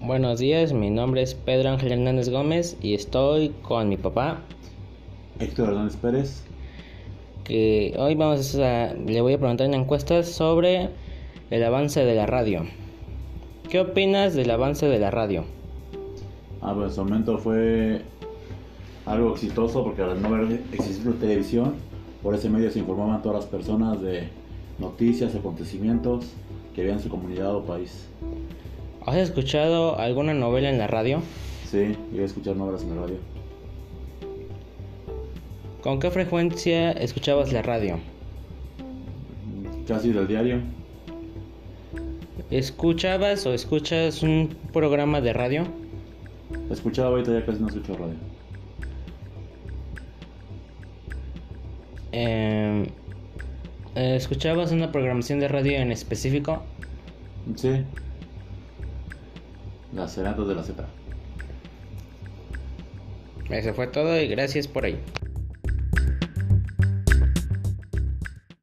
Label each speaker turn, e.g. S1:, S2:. S1: Buenos días, mi nombre es Pedro Ángel Hernández Gómez y estoy con mi papá,
S2: Héctor Hernández Pérez.
S1: que hoy vamos a, le voy a preguntar una encuesta sobre el avance de la radio. ¿Qué opinas del avance de la radio?
S2: Ah, pues en su momento fue algo exitoso porque al no haber existido televisión, por ese medio se informaban todas las personas de noticias, acontecimientos que había en su comunidad o país.
S1: ¿Has escuchado alguna novela en la radio?
S2: Sí, llegué a escuchar novelas en la radio.
S1: ¿Con qué frecuencia escuchabas la radio?
S2: Casi del diario.
S1: ¿Escuchabas o escuchas un programa de radio?
S2: Escuchaba ahorita ya casi no escucho radio.
S1: Eh, ¿Escuchabas una programación de radio en específico?
S2: Sí. Las serenatas de la Z.
S1: Eso fue todo y gracias por ahí.